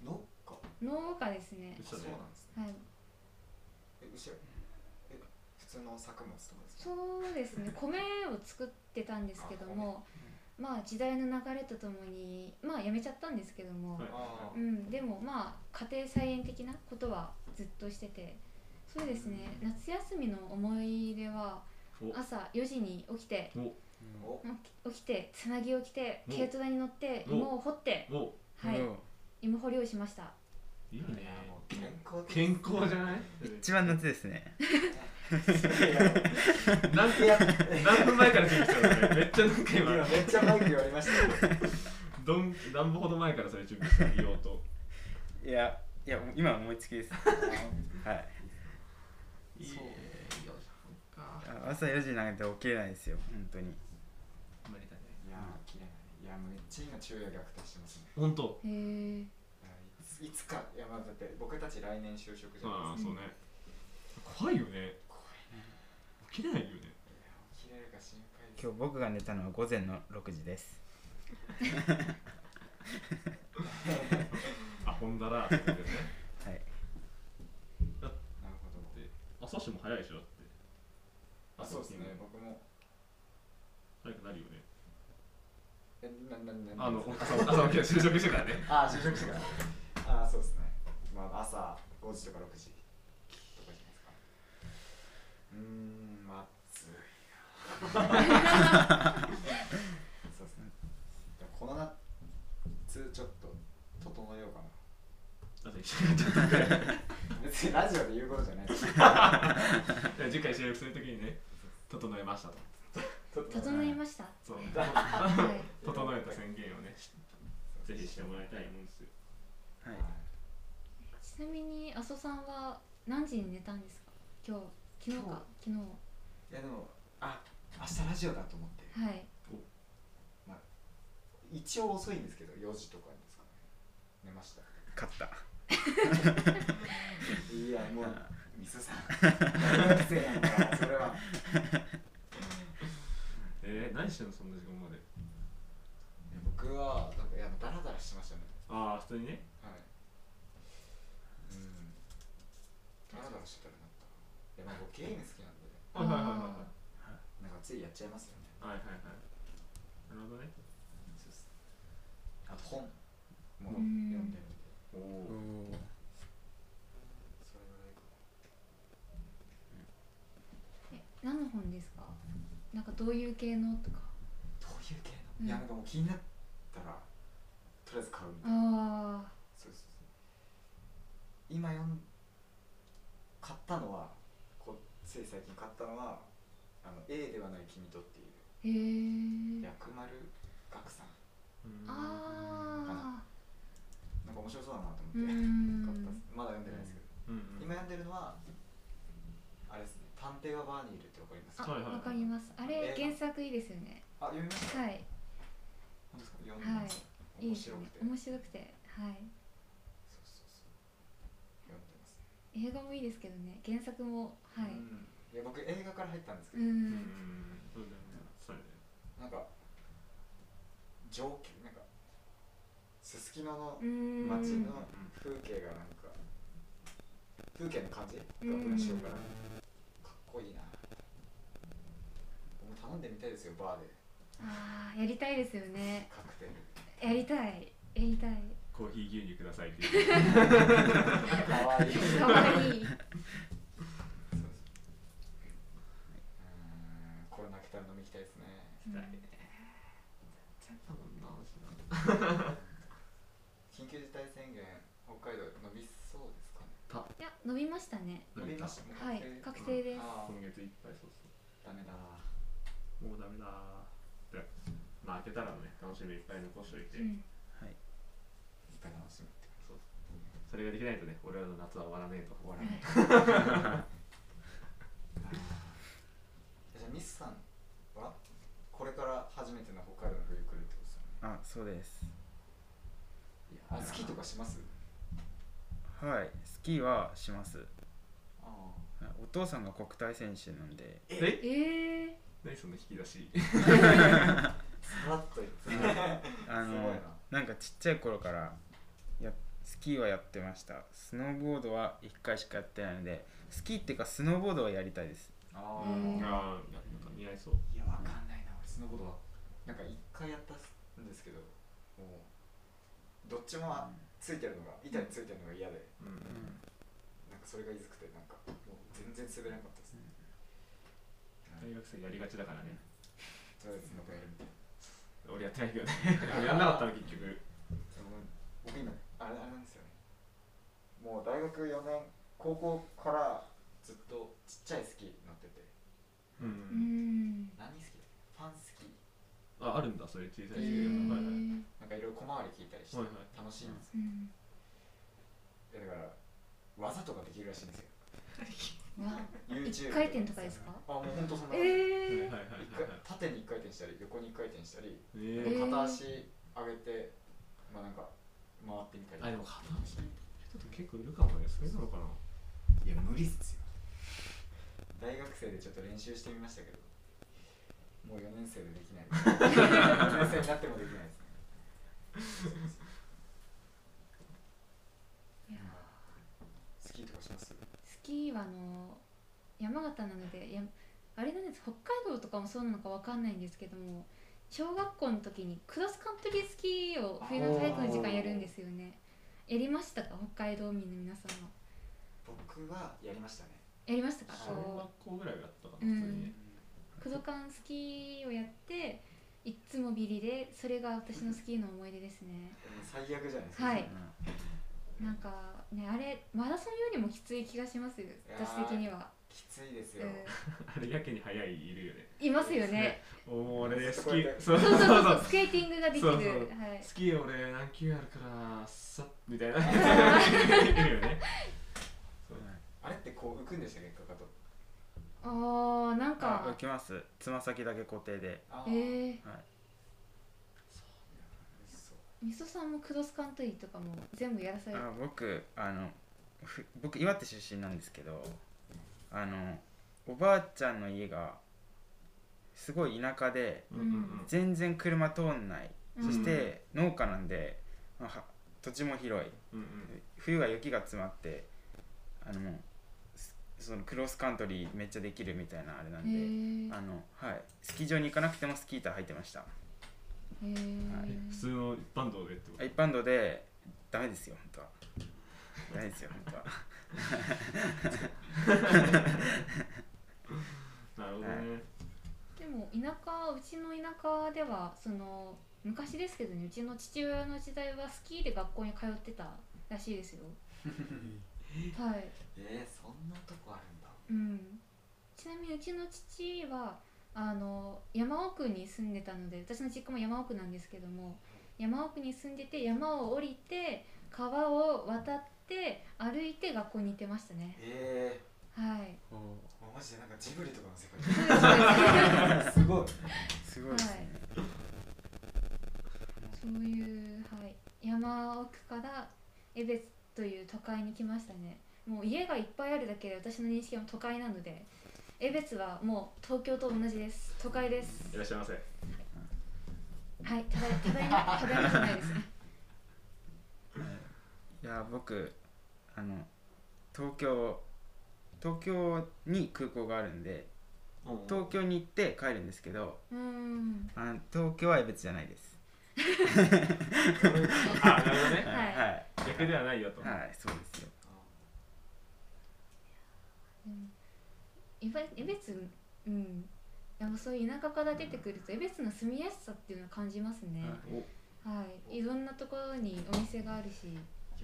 [SPEAKER 5] なんか農家
[SPEAKER 1] 農家ですね
[SPEAKER 4] 嘘だ
[SPEAKER 5] そう
[SPEAKER 4] よ
[SPEAKER 5] なんですね
[SPEAKER 1] はい
[SPEAKER 5] え後ろえ普通の作物とかですか
[SPEAKER 1] そうですね米を作ってたんですけどもまあ時代の流れとともにまあやめちゃったんですけども、
[SPEAKER 4] はい
[SPEAKER 5] あ
[SPEAKER 1] う
[SPEAKER 5] ー
[SPEAKER 1] ん、でもまあ家庭菜園的なことはずっとしててそうですね夏休みの思い出は
[SPEAKER 4] お
[SPEAKER 1] 朝4時に起きて
[SPEAKER 5] お
[SPEAKER 1] 起きてつなぎを着て
[SPEAKER 4] お
[SPEAKER 1] 軽トラに乗って
[SPEAKER 4] お
[SPEAKER 1] 芋を掘って
[SPEAKER 4] お
[SPEAKER 1] はい
[SPEAKER 3] うん
[SPEAKER 1] 芋掘りをしました
[SPEAKER 4] えいいね
[SPEAKER 5] もう健康的
[SPEAKER 4] 健康じゃない
[SPEAKER 3] 一番夏ですね
[SPEAKER 4] 何分何分前から準備したのねめっちゃなんか
[SPEAKER 5] 今
[SPEAKER 4] 今
[SPEAKER 5] めっちゃバイク言われましたけど
[SPEAKER 4] どん何歩ほど前からそれ準備したの言おうと
[SPEAKER 3] いやいや今は思いつきです はい
[SPEAKER 4] いいねよい
[SPEAKER 5] そう
[SPEAKER 4] しょか
[SPEAKER 3] あ朝4時なんて起きれないですよ本当に
[SPEAKER 4] 無理だね
[SPEAKER 5] いやー切れないいやもうめっちゃ今昼夜逆転してますね
[SPEAKER 4] 本当
[SPEAKER 1] へえ
[SPEAKER 5] いやいついつかいやまあだって僕たち来年就職じゃ
[SPEAKER 4] あ
[SPEAKER 5] な
[SPEAKER 4] あ
[SPEAKER 5] いです
[SPEAKER 4] そ
[SPEAKER 5] か
[SPEAKER 4] うね怖いよね
[SPEAKER 5] 怖いね
[SPEAKER 4] 起きれないよね
[SPEAKER 5] いや起きれるか心配です
[SPEAKER 3] 今日僕が寝たのは午前の6時です
[SPEAKER 4] あほんだらってことだよね
[SPEAKER 3] はい
[SPEAKER 5] なるほど
[SPEAKER 4] 朝しも早いでしょだって
[SPEAKER 5] あそうですね
[SPEAKER 4] 朝起きるの
[SPEAKER 5] 僕も
[SPEAKER 4] 早くなるよね
[SPEAKER 5] えなななな
[SPEAKER 4] あの朝朝起きる就職してからね
[SPEAKER 5] あ就職してからあそうですねまあ朝5時とか6時とかじゃないですかうーんまずい なそうですねでもこの夏ちょっと整えようかな
[SPEAKER 4] だって一緒になっちゃったから
[SPEAKER 5] 別にラジオで言うことじゃないです
[SPEAKER 4] で次回収録するときにね整えましたと
[SPEAKER 1] 整いました
[SPEAKER 4] そう
[SPEAKER 1] はい
[SPEAKER 4] 整えた宣言をねぜひしてもらいたいもんですよ
[SPEAKER 3] はい
[SPEAKER 1] ちなみに阿蘇さんは何時に寝たんですか今日昨日か昨
[SPEAKER 5] いやでもあ明日ラジオだと思って
[SPEAKER 1] 日はい
[SPEAKER 5] 一応遅いんですけど4時とかですかね寝ました
[SPEAKER 3] 勝った
[SPEAKER 5] いやもうミスさん 大学生なんだからそれは
[SPEAKER 4] えー、何してんのそんな時間まで
[SPEAKER 5] 僕はなんかいやダラダラしてましたね
[SPEAKER 4] ああ普通にね
[SPEAKER 5] はいうんダラダラしてたらなったいやまあ僕ゲーム好きなんで
[SPEAKER 4] はいはいはいはい
[SPEAKER 5] なんかついやっちゃいますよね
[SPEAKER 4] はいはいはいなるほどね
[SPEAKER 5] そうですあと本
[SPEAKER 1] う
[SPEAKER 5] も読
[SPEAKER 1] ん
[SPEAKER 5] んでるんで
[SPEAKER 4] お
[SPEAKER 3] お
[SPEAKER 4] お
[SPEAKER 3] ー
[SPEAKER 5] それぐらいか
[SPEAKER 1] え何の本ですかなんかどういう系のとか
[SPEAKER 5] どういう系の、
[SPEAKER 1] うん
[SPEAKER 5] いやなんかもう気になったらとりあえず買うみたいな
[SPEAKER 1] ああ
[SPEAKER 5] そうそうそう今読ん買ったのはこつい最近買ったのはあの A ではない君とって
[SPEAKER 1] へえ
[SPEAKER 5] いう薬丸岳さん
[SPEAKER 1] あ
[SPEAKER 5] なんか面白そうだなと
[SPEAKER 1] ーうー
[SPEAKER 5] 思って買ったっ
[SPEAKER 1] ん
[SPEAKER 5] すまだ読んでないですけ
[SPEAKER 4] う
[SPEAKER 5] ど、
[SPEAKER 4] んうん
[SPEAKER 5] 今読んでるのはあれですね「探偵はバーニール」ってわかります
[SPEAKER 1] あ
[SPEAKER 5] か
[SPEAKER 4] はいはい
[SPEAKER 1] わかりますあれ
[SPEAKER 5] 映画
[SPEAKER 1] 原作いいですよね
[SPEAKER 5] あ読みました
[SPEAKER 1] はい
[SPEAKER 5] 本当ですか読んでます、
[SPEAKER 1] いい
[SPEAKER 5] 面
[SPEAKER 1] です
[SPEAKER 5] 白
[SPEAKER 1] よ
[SPEAKER 5] く
[SPEAKER 1] ね
[SPEAKER 5] て
[SPEAKER 1] 面白くてはい
[SPEAKER 5] そうそうそう読んでます
[SPEAKER 1] 映画もいいですけどね原作もはい
[SPEAKER 5] うんいや僕映画から入ったんですけ
[SPEAKER 1] う
[SPEAKER 4] う
[SPEAKER 5] ど、
[SPEAKER 4] んうん
[SPEAKER 1] ん
[SPEAKER 4] そうだよねそうだよね
[SPEAKER 5] なんか上級なんかすすきのの
[SPEAKER 1] うん
[SPEAKER 5] 街の
[SPEAKER 4] うん
[SPEAKER 5] 風景がなんか風景の感じが
[SPEAKER 1] うん
[SPEAKER 5] 文章からかっこいいな僕も頼んでみたいですよバーで
[SPEAKER 1] ああやりたいですよね
[SPEAKER 5] カクテル
[SPEAKER 1] やりたいやりたい
[SPEAKER 4] コーヒー牛乳くださいっていう
[SPEAKER 5] かわいいそうそう
[SPEAKER 1] かわいい
[SPEAKER 5] うーんコロナ来たら飲み行きたいですね
[SPEAKER 1] うん
[SPEAKER 5] 緊急事態宣言北海道伸びそうですかね
[SPEAKER 1] いや伸びましたね
[SPEAKER 5] 伸びましたね
[SPEAKER 1] はい確定です
[SPEAKER 5] あ
[SPEAKER 4] 今月いっぱいそうそ
[SPEAKER 5] あダメだ
[SPEAKER 4] うもうダメだーってまあ開けたらね楽しみいっぱい残しといて、
[SPEAKER 1] うん
[SPEAKER 5] いっぱい楽しみって
[SPEAKER 4] そうそれができないとね俺らの夏は終わらねえと
[SPEAKER 5] 終わら
[SPEAKER 1] は
[SPEAKER 5] ないいじゃあミスさんはこれから初めての北海道の冬来るってことですよね
[SPEAKER 3] あそうです
[SPEAKER 5] あスキーとかします
[SPEAKER 3] はいスキーはします
[SPEAKER 5] あ
[SPEAKER 3] お父さんが国体選手なんで
[SPEAKER 4] え
[SPEAKER 1] ええ
[SPEAKER 4] 何その引き出し
[SPEAKER 5] さらっと言っ
[SPEAKER 3] あ
[SPEAKER 5] てすごい
[SPEAKER 3] の
[SPEAKER 5] な
[SPEAKER 3] なんかちっちゃい頃からやスキーはやってましたスノーボードは1回しかやってないのでスキーっていうかスノーボードはやりたいです
[SPEAKER 5] あ
[SPEAKER 1] ーうん
[SPEAKER 4] ああいやなんか似合いそう
[SPEAKER 5] いやわかんないな俺そのことはなんか一回やったんですけどもうどっちもついてるのが板についてるのが嫌で
[SPEAKER 4] うん
[SPEAKER 5] なんかそれがいずくてなんかもう全然滑れなかったですね
[SPEAKER 4] 大学生やりがちだからね
[SPEAKER 5] とりあえずなんかやるみたいな
[SPEAKER 4] 俺やってない けどね俺やんなかったの結局
[SPEAKER 5] その僕今あれあれなんですよねもう大学4年高校からずっとちっちゃい好きになってて
[SPEAKER 4] うん、
[SPEAKER 1] うん
[SPEAKER 5] 何好きだファン好き
[SPEAKER 4] ああるんだそれ小さい
[SPEAKER 1] へ
[SPEAKER 4] 時
[SPEAKER 1] え
[SPEAKER 4] はいはい
[SPEAKER 5] なんかいろいろ小回り聞いたりして
[SPEAKER 4] はいはい
[SPEAKER 5] 楽しいんです
[SPEAKER 1] うん
[SPEAKER 5] よ、だから技とかできるらしいんですよ
[SPEAKER 1] うわ
[SPEAKER 5] YouTube
[SPEAKER 1] 一回転とかですか
[SPEAKER 5] あもうほんとそんな、
[SPEAKER 4] はい
[SPEAKER 1] え
[SPEAKER 4] はいはいはい
[SPEAKER 5] 一回縦に1回転したり横に1回転したり
[SPEAKER 1] え
[SPEAKER 4] えー
[SPEAKER 1] ー
[SPEAKER 5] 片足上げてまあなんか回ってみたり
[SPEAKER 4] あで
[SPEAKER 5] と
[SPEAKER 4] も
[SPEAKER 5] か
[SPEAKER 4] 片足の人って結構いるかもねそういうのかない
[SPEAKER 5] や無理っすよ大学生でちょっと練習してみましたけどもう4年生でできない4年生になってもできないですね
[SPEAKER 1] いや
[SPEAKER 5] スキーとかします
[SPEAKER 1] スキーはあの山形なのでやあれなんです北海道とかもそうなのかわかんないんですけども小学校の時にクロスカントリースキーを冬の体育の時間やるんですよねやりましたか北海道民の皆さんは
[SPEAKER 5] 僕はやりましたね
[SPEAKER 1] やりましたか
[SPEAKER 5] あ
[SPEAKER 4] 小
[SPEAKER 1] こ
[SPEAKER 4] 学校ぐらいだったかな
[SPEAKER 1] うん
[SPEAKER 4] 普通に
[SPEAKER 1] うクドカンスキーをやっていっつもビリでそれが私のスキーの思い出ですね
[SPEAKER 5] 最悪じゃないですか、
[SPEAKER 1] はい
[SPEAKER 3] うん
[SPEAKER 1] なんかねあれマラソンよりもきつい気がします私的には、
[SPEAKER 5] きついですよ、
[SPEAKER 1] う
[SPEAKER 4] あれやけに速いいるよね
[SPEAKER 1] ん、いますよね
[SPEAKER 4] おお俺
[SPEAKER 5] そ
[SPEAKER 4] ス
[SPEAKER 5] こ
[SPEAKER 4] キ
[SPEAKER 5] で
[SPEAKER 4] ーそう
[SPEAKER 1] そ
[SPEAKER 4] そう
[SPEAKER 1] そう
[SPEAKER 4] う
[SPEAKER 1] そう
[SPEAKER 4] そ
[SPEAKER 1] そう
[SPEAKER 4] う
[SPEAKER 1] スケーティングができる
[SPEAKER 4] そうそう
[SPEAKER 1] はい
[SPEAKER 4] スキー俺何級あるからさっみ たいないるよね
[SPEAKER 5] あれってこう浮くんでしたっけかかと
[SPEAKER 1] ああなん
[SPEAKER 3] あ
[SPEAKER 1] か
[SPEAKER 3] 浮きますつま先だけ固定で
[SPEAKER 5] あ
[SPEAKER 1] えー、
[SPEAKER 5] ーそう
[SPEAKER 1] みそさんもクロスカントリーとかも全部やらされる
[SPEAKER 3] あ僕あのふ僕岩手出身なんですけどあのおばあちゃんの家がすごい田舎で
[SPEAKER 4] うんうんうん
[SPEAKER 3] 全然車通んない、
[SPEAKER 1] うん
[SPEAKER 3] そして農家なんであは土地も広い
[SPEAKER 4] うんうん
[SPEAKER 3] 冬は雪が詰まってあのもうすそのクロスカントリーめっちゃできるみたいなあれな
[SPEAKER 1] へえ
[SPEAKER 3] んで、あのはいスキー場に行かなくてもスキー板履いてました
[SPEAKER 1] へえ
[SPEAKER 3] はい
[SPEAKER 4] え普通の一般道でってこと
[SPEAKER 3] 一般道でダメですよ本当はダメですよ本当は
[SPEAKER 4] なるほどね、
[SPEAKER 1] でも田舎うちの田舎ではその昔ですけどねうちの父親の時代はスキーで学校に通ってたらしいですよはい
[SPEAKER 5] えー、そんなとこあるんだ
[SPEAKER 1] うんちなみにうちの父はあの山奥に住んでたので私の実家も山奥なんですけども山奥に住んでて山を降りて川を渡って歩いて学校に行ってましたね
[SPEAKER 5] え
[SPEAKER 1] はい
[SPEAKER 5] ー、もうマジでなんかジブリとかの世
[SPEAKER 1] そう
[SPEAKER 5] 界
[SPEAKER 1] ですそうです
[SPEAKER 5] すご
[SPEAKER 3] すご
[SPEAKER 5] い
[SPEAKER 3] いですね、
[SPEAKER 1] そういう、はい、山奥から江別という都会に来ましたねもう家がいっぱいあるだけで私の認識も都会なので江別はもう東京と同じです都会です
[SPEAKER 4] いらっしゃいませ
[SPEAKER 1] はいただただいまただいまじゃないですね
[SPEAKER 3] いや僕あの東京東京に空港があるんで東京に行って帰るんですけど
[SPEAKER 1] うーん
[SPEAKER 3] あの東京は別じゃないです
[SPEAKER 4] あなるほどね
[SPEAKER 1] はい
[SPEAKER 3] はい
[SPEAKER 4] 逆ではないよと、
[SPEAKER 3] はい、そうですよ
[SPEAKER 1] うん江別江別うんでもそういう田舎から出てくると江別の住みやすさっていうのを感じますね、
[SPEAKER 4] お
[SPEAKER 1] はい、いろんなところにお店があるし
[SPEAKER 5] よ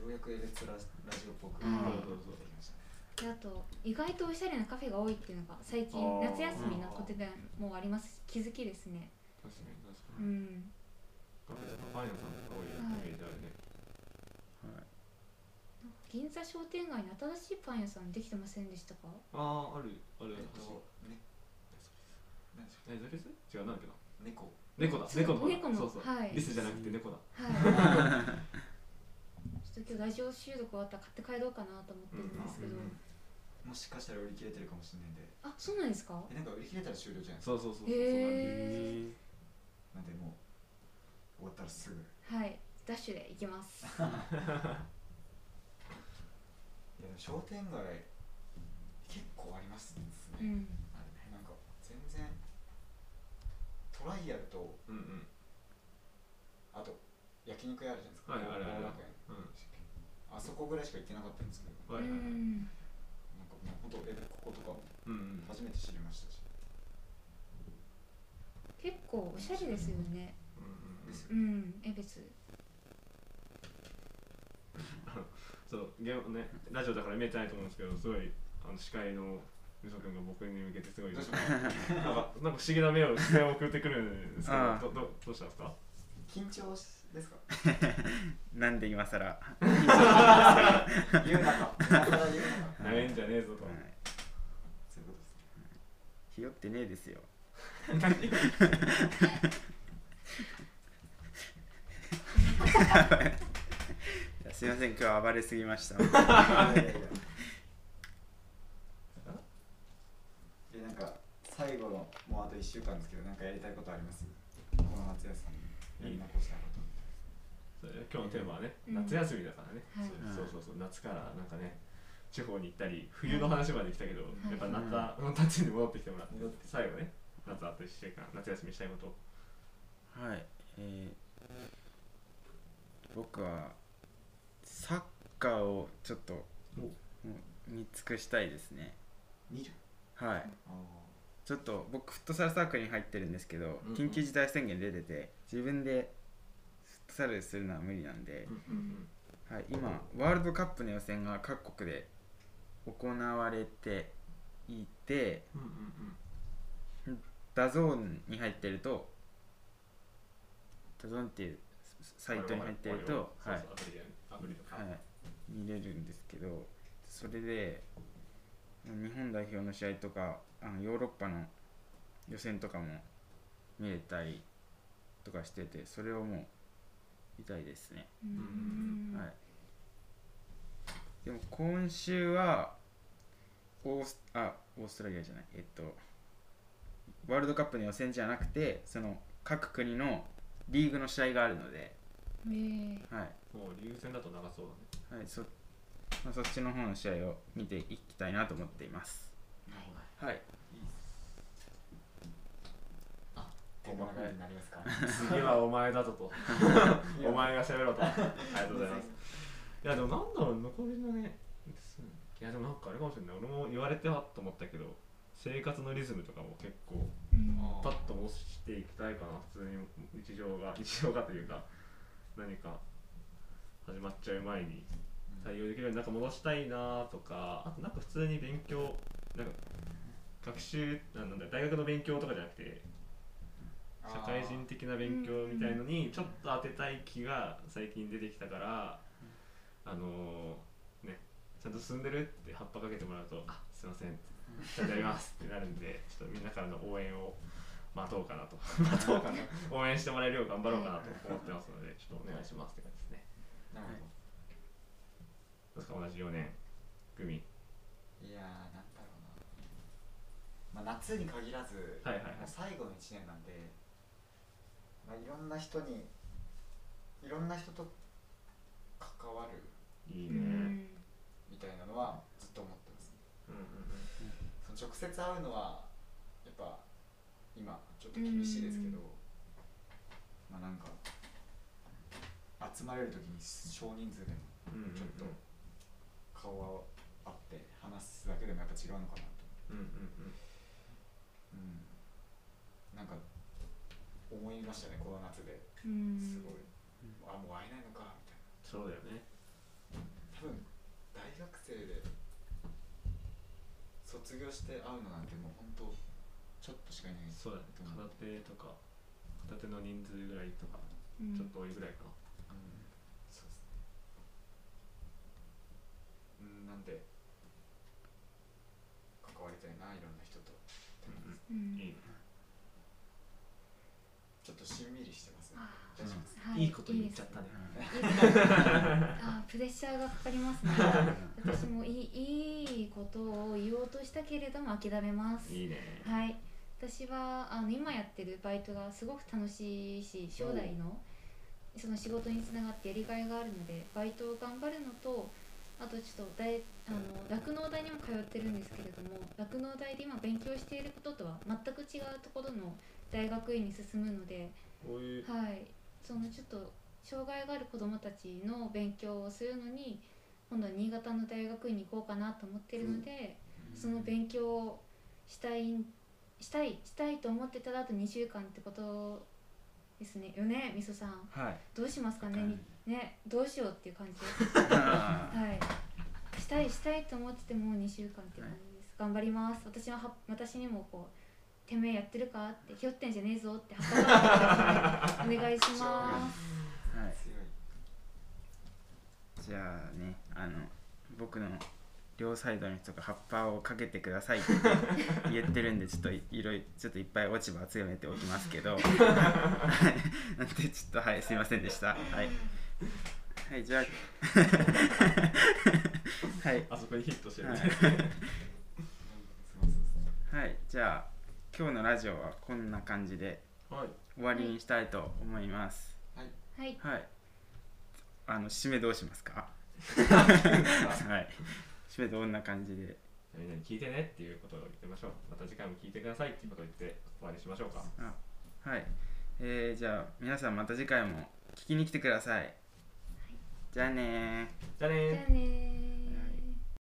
[SPEAKER 5] うやくエレツララジオっぽく
[SPEAKER 1] はい
[SPEAKER 5] なるほどできましたね
[SPEAKER 1] であと意外とおしゃれなカフェが多いっていうのが最近
[SPEAKER 4] あー
[SPEAKER 1] 夏休みのことでもありますし気づきですね
[SPEAKER 4] 確かに確か
[SPEAKER 1] う
[SPEAKER 4] に
[SPEAKER 1] ん
[SPEAKER 4] カフェとかパン屋さんとか多いイメージあるね、
[SPEAKER 1] 銀座商店街に新しいパン屋さんできてませんでしたか
[SPEAKER 4] あああるある
[SPEAKER 5] えっとね何でしょ
[SPEAKER 4] えザケス違うなんだっけな
[SPEAKER 5] う猫
[SPEAKER 4] 猫だ
[SPEAKER 1] そう
[SPEAKER 4] 猫の
[SPEAKER 1] 猫の
[SPEAKER 4] 方だそうそう、
[SPEAKER 1] はい
[SPEAKER 4] リスじゃなくて猫だ
[SPEAKER 1] はい ちょっと今日ラジオ収録終わったら買って帰ろうかなと思ってるんですけど、
[SPEAKER 4] うんうんうん
[SPEAKER 5] もしかしたら売り切れてるかもしれないんで
[SPEAKER 1] あそうなんですか
[SPEAKER 5] えなんか売り切れたら終了じゃないですか
[SPEAKER 4] そうそうそうそう、
[SPEAKER 1] へ
[SPEAKER 5] なんでもう終わったらすぐ
[SPEAKER 1] はいダッシュで行きます
[SPEAKER 5] いやでも商店街結構ありますね、
[SPEAKER 1] うん
[SPEAKER 5] あれねなんか全然トライアルと
[SPEAKER 4] そうなんだうん
[SPEAKER 5] あと焼肉屋あるじゃないですか
[SPEAKER 4] はいあるある
[SPEAKER 5] 後楽園
[SPEAKER 4] うん
[SPEAKER 5] でしたっけあそこぐらいしか行ってなかったんですけど
[SPEAKER 1] う
[SPEAKER 4] うんはいはいはいうん
[SPEAKER 1] ん
[SPEAKER 5] なんかもう本当えこことかも
[SPEAKER 4] うん
[SPEAKER 5] 初めて知りましたし、
[SPEAKER 1] 結構おしゃれですよね
[SPEAKER 4] うんうん
[SPEAKER 5] ですよ
[SPEAKER 1] うんえ別
[SPEAKER 4] そうゲームねラジオだから見えてないと思うんですけどすごいあの司会のみそ君が僕に向けてすごいなんかなんか不思議な目を視線を送ってくるんですけ
[SPEAKER 3] ああ
[SPEAKER 4] どどどどうしたんですか
[SPEAKER 5] 緊張しですか
[SPEAKER 3] なんで今更、は
[SPEAKER 5] 言うなと今更言うなと
[SPEAKER 4] なれんじゃねえぞと
[SPEAKER 3] い、
[SPEAKER 5] そういうことです
[SPEAKER 3] ひよってねえですよ いやすいません今日は暴れすぎました
[SPEAKER 5] いやいやいやでなんか最後のもうあと1週間ですけどなんかやりたいことありますこの夏休みやり残したこと
[SPEAKER 4] それで今日のテーマはね、
[SPEAKER 1] うん
[SPEAKER 4] 夏休みだからね、
[SPEAKER 1] はい
[SPEAKER 4] そうそうそうそう夏からなんかね地方に行ったり冬の話まで来たけど、
[SPEAKER 1] い
[SPEAKER 4] やっぱ夏の夏に戻ってきてもらって、
[SPEAKER 5] うん
[SPEAKER 4] 最後ね夏あと1週間夏休みしたいこと
[SPEAKER 3] はいえー、僕はサッカーをちょっと
[SPEAKER 4] お
[SPEAKER 3] もう見尽くしたいですね
[SPEAKER 5] 見る
[SPEAKER 3] はい
[SPEAKER 5] あ
[SPEAKER 3] ちょっと僕フットサルサークルに入ってるんですけど、
[SPEAKER 4] うんうん
[SPEAKER 3] 緊急事態宣言出てて自分でフットサルするのは無理なんで、
[SPEAKER 4] うんうん
[SPEAKER 3] はい、今ワールドカップの予選が各国で行われていて
[SPEAKER 4] うんうんうん
[SPEAKER 3] ダゾーンに入ってるとダゾーンっていうサイトに入ってると、
[SPEAKER 4] そうそう
[SPEAKER 3] はい
[SPEAKER 4] アプリでアプリとか、
[SPEAKER 3] はい、見れるんですけどそれで日本代表の試合とかあのヨーロッパの予選とかも見れたりとかしててそれをもう見たいですね、
[SPEAKER 1] うん
[SPEAKER 3] はいでも今週はオースあオーストラリアじゃないえっとワールドカップの予選じゃなくてその各国のリーグの試合があるので、
[SPEAKER 1] えー
[SPEAKER 3] はい、
[SPEAKER 4] もう流線だと長そうだね
[SPEAKER 3] はい、そ,、まあ、そっちの方の試合を見ていきたいなと思っています。
[SPEAKER 5] ーなるほど
[SPEAKER 3] は い。
[SPEAKER 5] いいっすあこんな感じになりますか
[SPEAKER 4] 次はお前だぞとお前が喋ろうとありがとうございますいやでもなんだろう残りのねいやでもなんかあれかもしれない俺も言われてはと思ったけど生活のリズムとかも結構
[SPEAKER 1] うん
[SPEAKER 5] あー
[SPEAKER 4] パッと戻していきたいかな普通に日常が日常がというか何か始まっちゃう前に
[SPEAKER 5] うん
[SPEAKER 4] 対応できるようになんか戻したいなとかあとなんか普通に勉強なんか学習あなんだ大学の勉強とかじゃなくて社会人的な勉強みたいのにちょっと当てたい気が最近出てきたから、あのーねちゃんと進んでるって葉っぱかけてもらうと「あすいませんちゃんとやります」ってなるんでちょっとみんなからの応援を待とうかなと 待とうかな応援してもらえるよう頑張ろうかなと思ってますのでちょっとお願いしますって感じですね
[SPEAKER 5] あーなる
[SPEAKER 4] どうですか同じ4年組
[SPEAKER 5] ほどいやーなんだろうな、まあ、夏に限らず、
[SPEAKER 4] はいはいはい
[SPEAKER 5] もう最後の1年なんで、まあ、いろんな人にいろんな人と関わる
[SPEAKER 4] いいね
[SPEAKER 1] う、ん
[SPEAKER 5] みたいなのはずっと思ってます
[SPEAKER 4] うんうん
[SPEAKER 5] その直接会うのはやっぱ今ちょっと厳しいですけど、まあなんか集まれる時に少人数でも
[SPEAKER 4] うんうんうん
[SPEAKER 5] ちょっと顔を合って話すだけでもやっぱ違うのかなと、
[SPEAKER 4] うんうん
[SPEAKER 5] うん、なんか思いましたねこの夏で
[SPEAKER 1] うん
[SPEAKER 5] すごい、あもう会えないのかみたいな
[SPEAKER 4] そうだよね
[SPEAKER 5] 多分大学生で卒業して会うのなんてもう本当ちょっとしかいないです
[SPEAKER 4] そうだね片手とか片手の人数ぐらいとか
[SPEAKER 1] うん
[SPEAKER 4] ちょっと多いぐらいかな
[SPEAKER 5] うんそうですね。うん、なんで、関わりたいな、いろんな人と。
[SPEAKER 1] うん
[SPEAKER 4] いいね
[SPEAKER 5] ちょっとしんみりしてますね。
[SPEAKER 1] あ
[SPEAKER 5] 大丈夫です。
[SPEAKER 1] ーはい
[SPEAKER 4] いいこと言っちゃったね。
[SPEAKER 1] いいですねあープレッシャーがかかりますね私もいいいいことを言おうとしたけれども諦めます
[SPEAKER 4] いいね。
[SPEAKER 1] はい私はあの今やってるバイトがすごく楽しいし将来のその仕事につながってやりがいがあるのでバイトを頑張るのとあとちょっと大あの酪農大にも通ってるんですけれども酪農大で今勉強していることとは全く違うところの大学院に進むので
[SPEAKER 4] こういう
[SPEAKER 1] はい、そのちょっと障害がある子どもたちの勉強をするのに今度は新潟の大学院に行こうかなと思ってるので、その勉強をしたいしたいしたいと思ってたらあと2週間ってことですねよねみそさん
[SPEAKER 3] はい
[SPEAKER 1] どうしますかねみねどうしようっていう感じです
[SPEAKER 3] あー
[SPEAKER 1] はい、したいしたいと思っててもう2週間って感じです、頑張ります私はは私にもこう「てめえやってるか?」って「ひよってんじゃねえぞ」ってはっぱらお願いします
[SPEAKER 3] はい
[SPEAKER 5] 強い
[SPEAKER 3] じゃあねあの僕の両サイドの人が葉っぱをかけてくださいって言ってるんでちょっといろいろちょっといっぱい落ち葉集めておきますけどはいなんでちょっとはいすいませんでしたはいはいじゃあはい
[SPEAKER 4] あそこにヒットしてる
[SPEAKER 3] は
[SPEAKER 4] み
[SPEAKER 3] い
[SPEAKER 4] たいな、
[SPEAKER 5] そうそうそう
[SPEAKER 3] はいじゃあ今日のラジオはこんな感じで
[SPEAKER 4] はい、
[SPEAKER 3] 終わりにしたいと思います
[SPEAKER 1] はい
[SPEAKER 3] はいあの締めどうしますかはい締めどんな感じで
[SPEAKER 4] みんなに聞いてねっていうことを言ってみましょうまた次回も聞いてくださいっていうことを言って終わりにしましょうか
[SPEAKER 3] はい、えー、じゃあ皆さんまた次回も聞きに来てください、じゃあねー
[SPEAKER 4] じゃあねー
[SPEAKER 1] じゃあねー